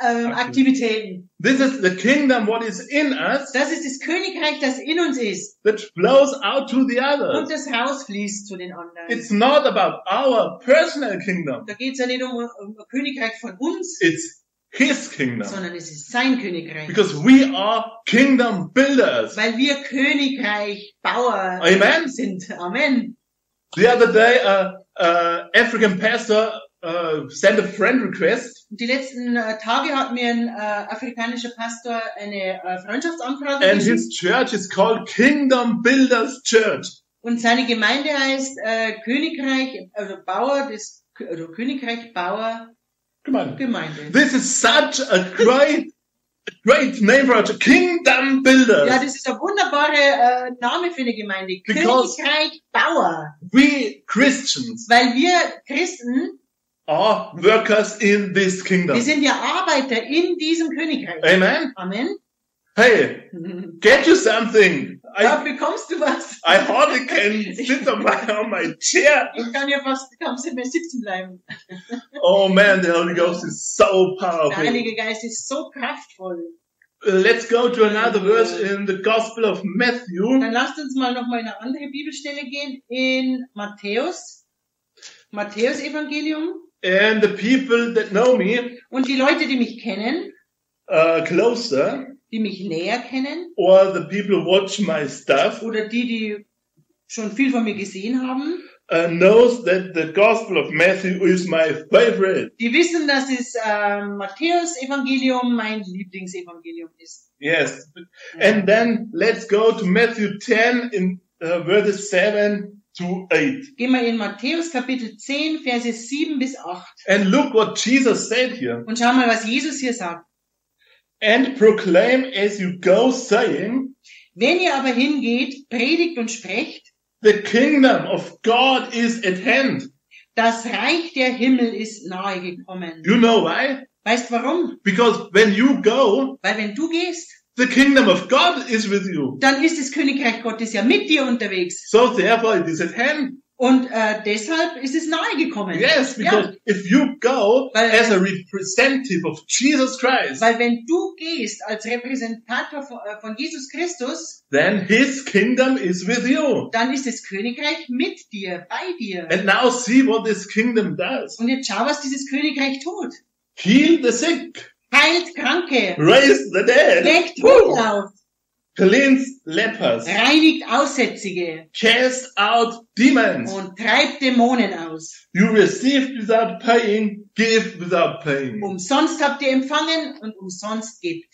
S2: äh, ähm, Aktivitäten.
S1: This is the kingdom what is in us
S2: Das ist das Königreich, das in uns ist.
S1: that flows out to the
S2: Und
S1: others.
S2: das rausfließt zu den anderen.
S1: It's not about our personal kingdom.
S2: Da geht es ja nicht um, um ein Königreich von uns,
S1: It's his kingdom.
S2: sondern es ist sein Königreich.
S1: Because we are kingdom builders.
S2: Weil wir Königreich Bauer
S1: Amen.
S2: sind. Amen.
S1: The other day, a uh, uh, African pastor uh, sent a friend request,
S2: Und die letzten äh, Tage hat mir ein äh, afrikanischer Pastor eine äh, Freundschaftsanfrage
S1: and
S2: geschickt.
S1: his church is called Kingdom Builders Church.
S2: Und seine Gemeinde heißt äh, Königreich, also Bauer des also Königreich Bauer
S1: Come on.
S2: Gemeinde.
S1: This is such a great Great name project, Kingdom Builders.
S2: Ja, das ist ein wunderbarer äh, Name für eine Gemeinde.
S1: Because-
S2: Königreich Bauer.
S1: We Christians
S2: Weil wir Christen,
S1: are workers in this kingdom.
S2: wir sind ja Arbeiter in diesem Königreich.
S1: Amen.
S2: Amen.
S1: Hey, get you something.
S2: Da
S1: I
S2: bekommst du was.
S1: I hardly can sit on my on my chair.
S2: Ich kann ja fast kaum sitzen bleiben.
S1: Oh man, the Holy Ghost is so
S2: Der
S1: powerful.
S2: Heilige Geist ist so kraftvoll.
S1: Let's go to another verse in the Gospel of Matthew.
S2: Dann lasst uns mal nochmal in eine andere Bibelstelle gehen, in Matthäus. Matthäus Evangelium.
S1: And the people that know me
S2: Und die Leute, die mich kennen,
S1: uh, closer,
S2: die mich näher kennen,
S1: or the people who watch my stuff,
S2: oder die, die schon viel von mir gesehen haben,
S1: uh, knows that the Gospel of Matthew is my favorite.
S2: die wissen, dass das äh, Matthäus-Evangelium mein Lieblingsevangelium ist.
S1: Yes. And then let's go to Matthew 10 in uh, verses 7 to 8.
S2: Gehen wir in Matthäus Kapitel 10, Verse 7 bis 8
S1: And look what Jesus said here.
S2: und schauen mal, was Jesus hier sagt.
S1: And proclaim as you go, saying,
S2: Wenn ihr aber hingeht, predigt und sprecht,
S1: the kingdom of God is at hand.
S2: das Reich der Himmel ist nahe gekommen.
S1: You know why?
S2: Weißt warum?
S1: Because when you go,
S2: Weil wenn du gehst,
S1: the kingdom of God is with you.
S2: dann ist das Königreich Gottes ja mit dir unterwegs.
S1: So therefore it is at hand.
S2: Und äh, deshalb ist es nahe gekommen.
S1: Yes, because
S2: ja,
S1: if you go
S2: Weil-
S1: as a representative of Jesus Christ,
S2: weil wenn du gehst als Repräsentator von, äh, von Jesus Christus,
S1: then his kingdom is with you.
S2: dann ist das Königreich mit dir, bei dir.
S1: And now see what this kingdom does.
S2: Und jetzt schau, was dieses Königreich tut.
S1: Heal the sick,
S2: Heilt Kranke,
S1: raise the dead,
S2: weckt Tote auf,
S1: cleanse lepers,
S2: reinigt Aussätzige
S1: cast out demons.
S2: und treibt Dämonen aus.
S1: You received without paying, give without paying.
S2: Umsonst habt ihr empfangen und umsonst gebt.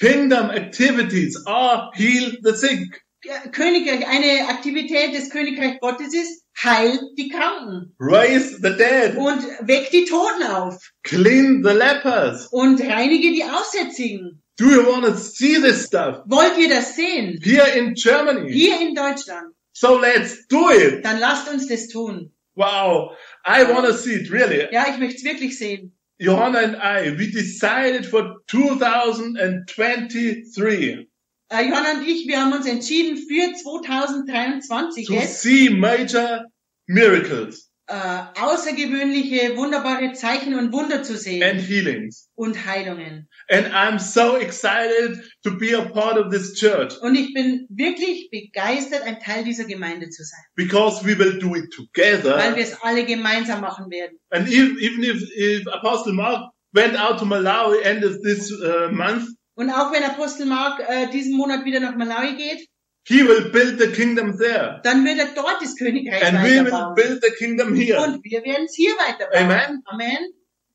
S1: Kingdom activities are heal the sick,
S2: Ja, Königreich, eine Aktivität des Königreich Gottes ist, heilt die Kranken
S1: raise the dead,
S2: und weckt die Toten auf.
S1: clean the lepers.
S2: und reinige die Aussätzigen.
S1: Do you want to see this stuff
S2: Wollt ihr das sehen?
S1: here in Germany?
S2: Hier in Deutschland.
S1: So let's do it.
S2: Dann lasst uns das tun.
S1: Wow. I want to see it really.
S2: Ja, ich möchte es wirklich sehen.
S1: Johanna and I, we decided for 2023
S2: Äh, Johanna und ich, wir haben uns entschieden für 2023
S1: to
S2: jetzt
S1: see major miracles
S2: äh, außergewöhnliche, wunderbare Zeichen und Wunder zu sehen
S1: and healings.
S2: und Heilungen.
S1: And I'm so excited to be a part of this church
S2: Und ich bin wirklich begeistert, ein Teil dieser Gemeinde zu sein,
S1: because we will do it together.
S2: weil wir es alle gemeinsam machen werden.
S1: and if, even if, if Apostle Mark went out to Malawi end of this uh, month,
S2: Und auch wenn Apostel Mark äh, diesen Monat wieder nach Malawi geht,
S1: he will build the kingdom there.
S2: dann wird er dort das Königreich
S1: And we will
S2: weiterbauen.
S1: build the kingdom here.
S2: Und wir werden es hier weiterbauen.
S1: Amen.
S2: Amen.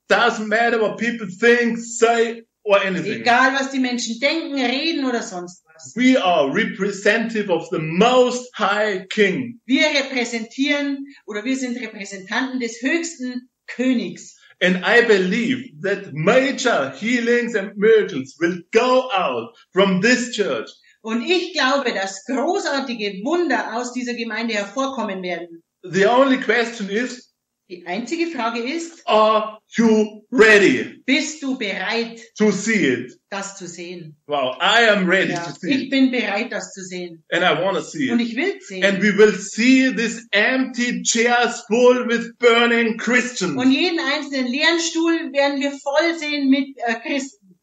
S1: Doesn't matter what people think, say, or anything.
S2: Egal, was die Menschen denken, reden oder sonst was.
S1: We are representative of the Most High King.
S2: Wir repräsentieren oder wir sind Repräsentanten des höchsten Königs.
S1: And I believe that major healings and miracles will go out from this church.
S2: Und ich glaube, dass großartige Wunder aus dieser Gemeinde hervorkommen werden.
S1: The only question is,
S2: Die einzige Frage ist,
S1: are you ready
S2: bist du bereit,
S1: to see it?
S2: das zu sehen?
S1: Wow, I am ready to
S2: Ja, ich
S1: see it.
S2: bin bereit, das zu sehen.
S1: And I want to see
S2: Und
S1: it.
S2: ich will sehen.
S1: And we will see this empty chairs full with burning
S2: Und
S1: Christians.
S2: jeden einzelnen leeren Stuhl werden wir voll sehen mit äh, Christen.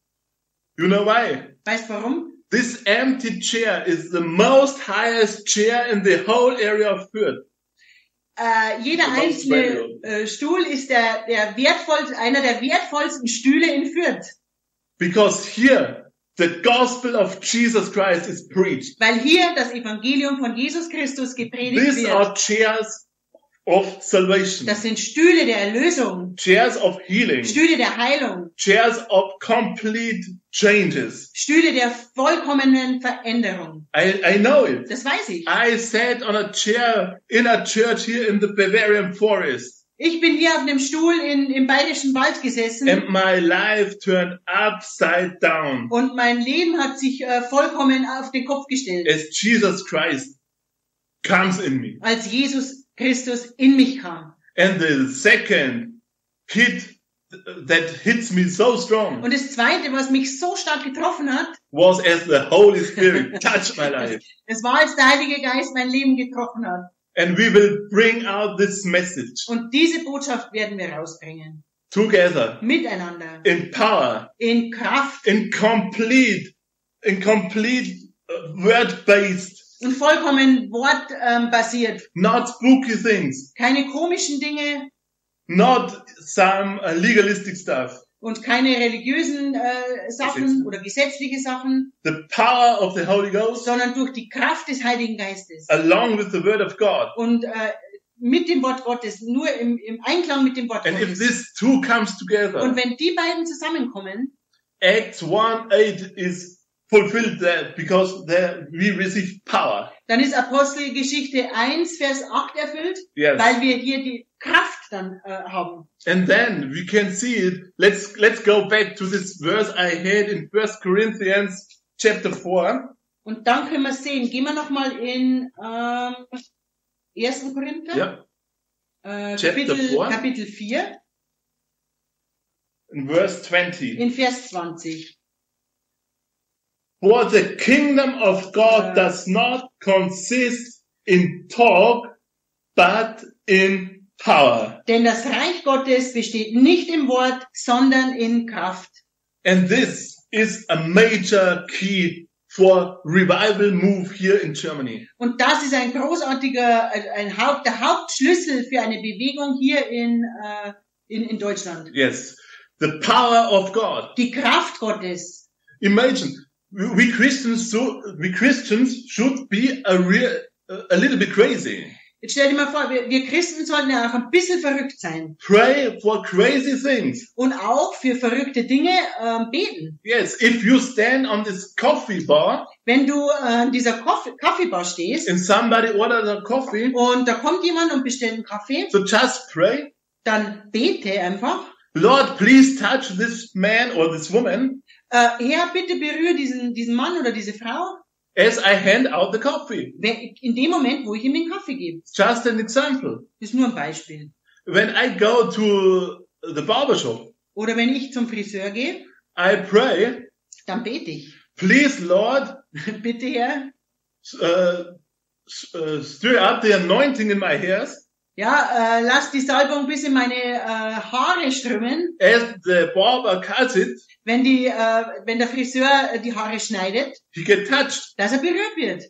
S1: You know why?
S2: Weißt warum?
S1: This empty chair is the most highest chair in the whole area of Fürth.
S2: Äh, jeder
S1: Genau,
S2: einzelne
S1: zwei
S2: äh, Stuhl ist der, der wertvoll, einer der wertvollsten Stühle in Fürth,
S1: Because here, the gospel of Jesus Christ is preached.
S2: weil hier das Evangelium von Jesus Christus gepredigt
S1: These
S2: wird.
S1: are chairs of salvation,
S2: Das sind Stühle der Erlösung,
S1: chairs of healing,
S2: Stühle der Heilung,
S1: chairs of complete changes.
S2: Stühle der vollkommenen Veränderung.
S1: I, I know it.
S2: Das weiß ich.
S1: I sat on a chair in a church here in the Bavarian forest.
S2: Ich bin hier auf einem Stuhl in, im Bayerischen Wald gesessen
S1: and my life turned upside down
S2: und mein Leben hat sich äh, vollkommen auf den Kopf gestellt,
S1: as Jesus Christ comes in me.
S2: als Jesus Christus in mich kam.
S1: And the second hit that hits me so strong
S2: Und das Zweite, was mich so stark getroffen hat,
S1: was as the Holy Spirit touched my life.
S2: das war, als der Heilige Geist mein Leben getroffen hat.
S1: And we will bring out this message
S2: Und diese Botschaft werden wir rausbringen.
S1: together
S2: Miteinander.
S1: in power,
S2: In Kraft
S1: in complete, in complete uh, word-based,
S2: und vollkommen wortbasiert.
S1: not spooky things,
S2: Keine komischen Dinge
S1: not some uh, legalistic stuff.
S2: und keine religiösen äh, Sachen
S1: Gesetze.
S2: oder gesetzliche Sachen,
S1: The power of the Holy Ghost
S2: sondern durch die Kraft des Heiligen Geistes.
S1: along with the Word of God.
S2: Und äh, mit dem Wort Gottes, nur im, im Einklang mit dem Wort
S1: And if
S2: Gottes.
S1: this two comes
S2: Und
S1: together,
S2: wenn die beiden zusammenkommen,
S1: Acts 1:8 is fulfilled there because there we receive power.
S2: dann ist Apostelgeschichte 1, Vers 8 erfüllt,
S1: Yes.
S2: weil wir hier die Kraft dann äh, haben.
S1: And then we can see it. Let's let's go back to this verse I had in First Corinthians chapter 4.
S2: Und dann können wir es sehen. Gehen wir nochmal in ähm, 1. Korinther,
S1: Yeah.
S2: äh,
S1: Chapter
S2: Kapitel,
S1: four.
S2: Kapitel 4,
S1: In verse 20.
S2: in Vers 20.
S1: For the kingdom of God does not consist in talk, but in power.
S2: Denn das Reich Gottes besteht nicht im Wort, sondern in Kraft.
S1: And this is a major key for revival move here in Germany.
S2: Und das ist ein großartiger, ein- ein Haupt, der Hauptschlüssel für eine Bewegung hier in, äh, in, in Deutschland.
S1: Yes. The power of God.
S2: Die Kraft Gottes.
S1: Imagine we Christians so we Christians should be a real a little bit crazy.
S2: Jetzt stell dir mal vor, wir, wir Christen sollten ja auch ein bisschen verrückt sein
S1: Pray for crazy things.
S2: und auch für verrückte Dinge ähm, beten.
S1: Yes, if you stand on this coffee bar
S2: Wenn du äh, an dieser Kaffee, Kaffeebar stehst
S1: and somebody orders a coffee,
S2: und da kommt jemand und bestellt einen Kaffee,
S1: so just pray.
S2: dann bete einfach.
S1: Lord, please touch this man or this woman
S2: Äh, Herr, bitte berühre diesen, diesen Mann oder diese Frau,
S1: as I hand out the coffee.
S2: wenn- in dem Moment, wo ich ihm den Kaffee gebe.
S1: Just an example.
S2: Das ist nur ein Beispiel.
S1: when I go to the barber shop,
S2: Oder wenn ich zum Friseur gehe,
S1: I pray,
S2: dann bete ich.
S1: please, Lord,
S2: Bitte, Herr.
S1: uh, s- uh, stir up the anointing in my hairs
S2: Ja, äh, lass die Salbung bis in meine äh, Haare strömen,
S1: as the barber cuts it.
S2: wenn, die, äh, wenn der Friseur äh, die Haare schneidet,
S1: He get touched.
S2: dass er berührt wird.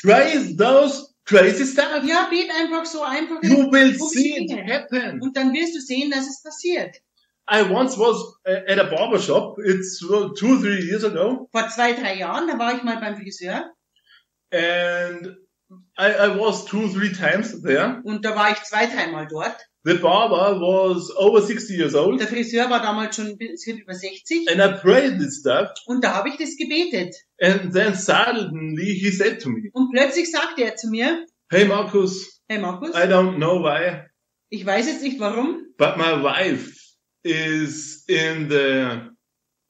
S1: Praise those crazy stuff.
S2: Ja, bete einfach so einfach.
S1: You will
S2: Wo
S1: see
S2: bist du
S1: it
S2: denn?
S1: happen.
S2: Und dann wirst du sehen, dass es passiert.
S1: I once was uh, at a barber shop. It's uh, two, three years ago,
S2: Vor zwei, drei Jahren, da war ich mal beim Friseur
S1: and I, I was two, three times there.
S2: und da war ich zwei, dreimal dort.
S1: The barber was over 60 years old,
S2: Der Friseur war damals schon ein bisschen über 60
S1: and I prayed this stuff.
S2: und da habe ich das gebetet.
S1: And then suddenly he said to me,
S2: Und plötzlich sagte er zu mir,
S1: Hey Markus,
S2: hey Markus,
S1: I don't know why,
S2: ich weiß jetzt nicht warum,
S1: but my wife is in the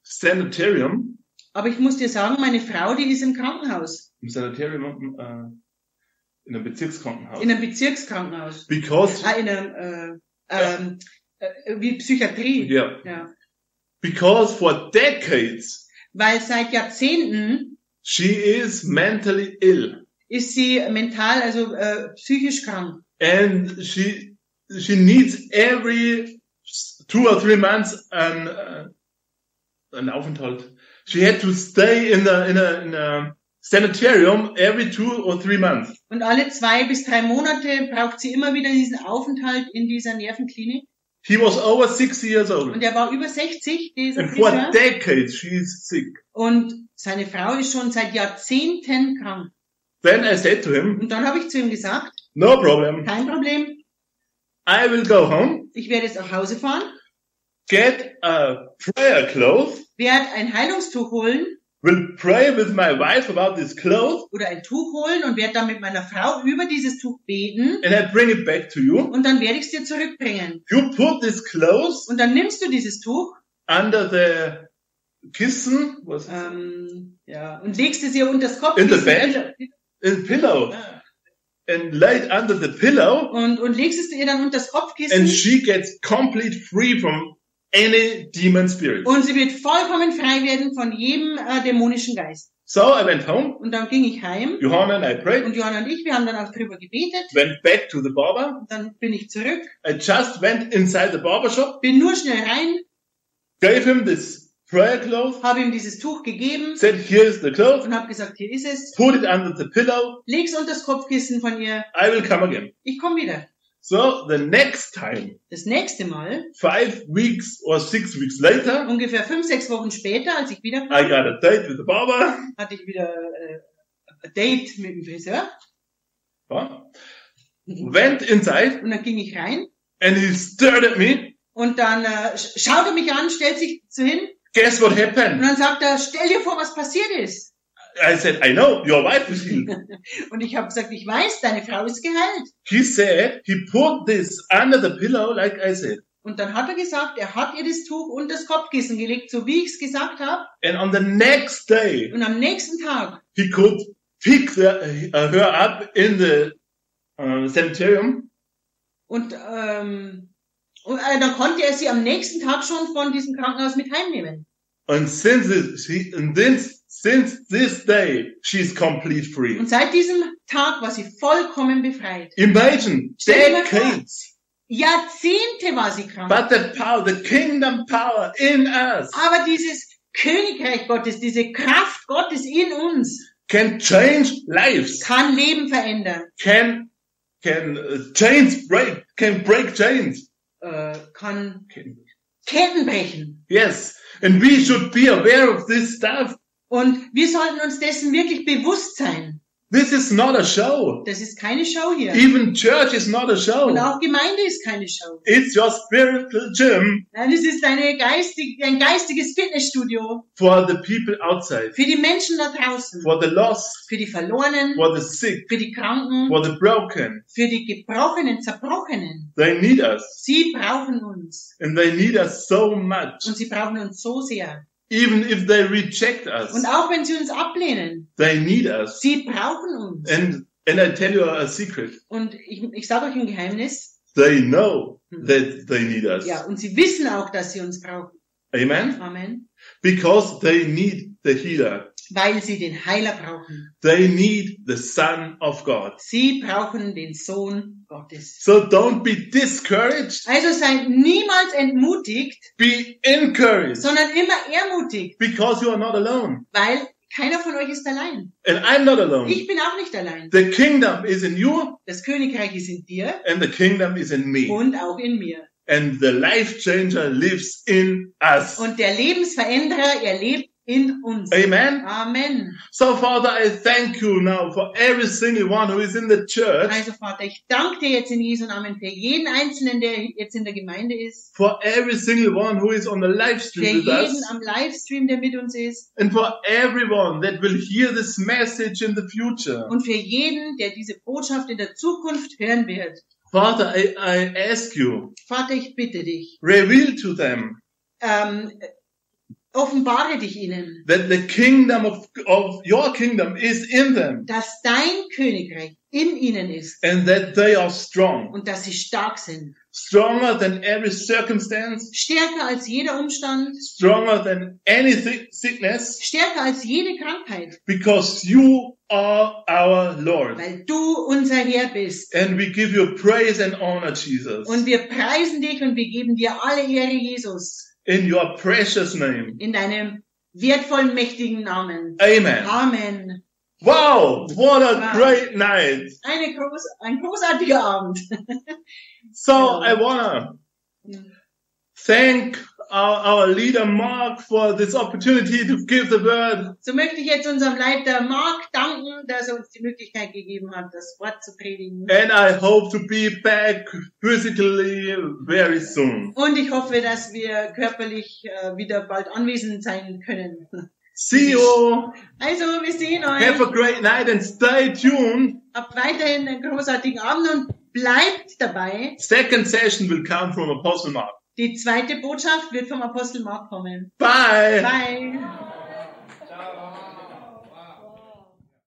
S1: sanitarium.
S2: aber ich muss dir sagen, meine Frau, die ist im Krankenhaus.
S1: Im Sanitarium, äh, in einem Bezirkskrankenhaus.
S2: In einem Bezirkskrankenhaus.
S1: because,
S2: Ah, in einem, äh, ähm, äh, wie Psychiatrie.
S1: yeah,
S2: Ja.
S1: because for decades
S2: Weil seit Jahrzehnten
S1: she is mentally ill
S2: ist sie mental, also äh, psychisch krank.
S1: and she, she needs every two or three months an, uh, an Aufenthalt. She had to stay in a, in a, in a sanitarium every two or three months.
S2: Und alle zwei bis drei Monate braucht sie immer wieder diesen Aufenthalt in dieser Nervenklinik.
S1: He was over 60 years
S2: Und
S1: old.
S2: er war über 60, dieser
S1: And for
S2: Friseur.
S1: decades, she is sick.
S2: Und seine Frau ist schon seit Jahrzehnten krank.
S1: Then I said to him,
S2: Und dann habe ich zu ihm gesagt,
S1: no problem.
S2: kein Problem,
S1: I will go home,
S2: ich werde jetzt nach Hause fahren,
S1: get a prayer cloth,
S2: werde ein Heilungstuch holen
S1: will pray with my wife about this cloth
S2: oder ein Tuch holen und werde dann mit meiner Frau über dieses Tuch beten
S1: and I bring it back to you.
S2: und dann werde ich es dir zurückbringen.
S1: You put this clothes
S2: Und dann nimmst du dieses Tuch
S1: under the kissen, was
S2: ähm, ja, und legst es ihr unter das Kopf
S1: In the bed? in pillow, and lay it under the pillow,
S2: und, und legst es ihr dann unter das
S1: and
S2: Kopfkissen
S1: she gets complete free from any demon spirit.
S2: und sie wird vollkommen frei werden von jedem äh, dämonischen Geist.
S1: So I went home.
S2: Und dann ging ich heim
S1: Johanna and I prayed.
S2: und Johanna und ich, wir haben dann auch drüber gebetet.
S1: Went back to the barber.
S2: Und dann bin ich zurück,
S1: I just went inside the barber shop,
S2: bin nur schnell rein,
S1: gave him this prayer cloth,
S2: habe ihm dieses Tuch gegeben
S1: said, "Here's the cloth.
S2: und habe gesagt, hier ist es,
S1: Put it under the pillow.
S2: leg's unter das Kopfkissen von ihr,
S1: I will come again."
S2: ich komme wieder.
S1: So the next time,
S2: Das nächste Mal, äh,
S1: five weeks or six weeks later,
S2: ungefähr fünf, sechs Wochen später, als ich wieder
S1: I got a date with the barber.
S2: hatte ich wieder äh, ein Date mit dem Friseur
S1: Huh? Went inside
S2: und dann ging ich rein
S1: and he stared at me.
S2: und dann äh, sch- schaut er mich an, stellt sich so hin
S1: Guess what
S2: und
S1: happened?
S2: dann sagt er, stell dir vor, was passiert ist.
S1: I said, I know, your wife is healed.
S2: Und ich habe gesagt, ich weiß, deine Frau ist geheilt.
S1: he said he put this under the pillow, like I said.
S2: Und dann hat er gesagt, er hat ihr das Tuch und das Kopfkissen gelegt, so wie ich es gesagt habe.
S1: And on the next day,
S2: Und am nächsten Tag
S1: he could pick the, uh, her up in the uh, sanitarium
S2: und, ähm, und äh, dann konnte er sie am nächsten Tag schon von diesem Krankenhaus mit heimnehmen.
S1: and since this, she, and since, since this day she's complete free
S2: Und seit diesem Tag war sie vollkommen befreit.
S1: imagine
S2: Stell dir mal vor.
S1: decades
S2: Jahrzehnte war sie krank.
S1: but the power the kingdom power in us
S2: Aber dieses Königreich Gottes, diese Kraft Gottes in uns
S1: can change lives
S2: kann Leben verändern,
S1: can can uh, chains break can break chains
S2: äh, kann
S1: Can-
S2: Ketten brechen.
S1: yes and we should be aware of this stuff
S2: Und wir sollten uns dessen wirklich bewusst sein.
S1: This is not a show.
S2: Das ist keine Show hier.
S1: Even church is not a
S2: Und
S1: show.
S2: auch Gemeinde ist keine Show.
S1: It's your spiritual gym
S2: Nein, es ist eine geistig, ein geistiges Fitnessstudio
S1: for the people outside,
S2: für die Menschen da draußen,
S1: for the lost,
S2: für die Verlorenen,
S1: for the sick,
S2: für die Kranken,
S1: for the broken.
S2: für die Gebrochenen, Zerbrochenen.
S1: They need us.
S2: Sie brauchen uns.
S1: And they need us so much.
S2: Und sie brauchen uns so sehr.
S1: Even if they reject us,
S2: Und auch wenn sie uns ablehnen,
S1: they need us.
S2: Sie brauchen uns.
S1: And and I tell you a secret.
S2: Und ich, ich sage euch ein Geheimnis.
S1: They know that they need us.
S2: Ja, und sie wissen auch, dass sie uns brauchen.
S1: Amen?
S2: Amen.
S1: Because they need the healer.
S2: Weil sie den Heiler brauchen.
S1: They need the Son of God.
S2: Sie brauchen den Sohn Gottes.
S1: So don't be discouraged.
S2: Also seid niemals entmutigt,
S1: Be encouraged.
S2: sondern immer ermutigt,
S1: Because you are not alone.
S2: weil keiner von euch ist allein.
S1: And I'm not alone.
S2: Ich bin auch nicht allein.
S1: The kingdom is in you
S2: Das Königreich ist in dir
S1: and the kingdom is in me.
S2: und auch in mir.
S1: And the life changer lives in us.
S2: Und der Lebensveränderer, er lebt in uns.
S1: Amen.
S2: Amen.
S1: So Father, I thank you now for every single one who is in the church,
S2: Also Vater, ich danke dir jetzt in Jesu Namen für jeden Einzelnen, der jetzt in der Gemeinde ist.
S1: for every single one who is on the live
S2: für
S1: stream with
S2: jeden
S1: us,
S2: am Livestream, der mit uns ist
S1: and for everyone that will hear this message in the future.
S2: und für jeden, der diese Botschaft in der Zukunft hören wird.
S1: Father, I, I ask you,
S2: Vater, ich bitte dich,
S1: reveal to them
S2: ähm, offenbare dich ihnen,
S1: that the kingdom of, of your kingdom is in them.
S2: dass dein Königreich in ihnen ist
S1: and that they are strong,
S2: und dass sie stark sind.
S1: stronger than every circumstance,
S2: Stärker als jeder Umstand,
S1: stronger than any thi- sickness,
S2: stärker als jede Krankheit,
S1: because you are our Lord.
S2: weil du unser Herr bist.
S1: And we give you praise and honor, Jesus,
S2: Und wir preisen dich und wir geben dir alle Ehre, Jesus,
S1: in your precious name.
S2: in deinem wertvollen, mächtigen Namen.
S1: Amen.
S2: Amen.
S1: Wow, what a
S2: Wow.
S1: great night.
S2: eine groß, ein großartiger Abend.
S1: So I wanna thank our, our leader Mark for this opportunity to give the word.
S2: So möchte ich jetzt unserem Leiter Mark danken, dass er uns die Möglichkeit gegeben hat, das Wort zu predigen.
S1: And I hope to be back physically very soon.
S2: Und ich hoffe, dass wir körperlich äh, wieder bald anwesend sein können.
S1: See you.
S2: Also, wir sehen
S1: Have
S2: euch.
S1: a great night and stay tuned.
S2: Habt weiterhin einen großartigen Abend und bleibt dabei.
S1: Second session will come from Apostle Mark.
S2: Die zweite Botschaft wird vom Apostel Mark kommen.
S1: Bye.
S2: Bye.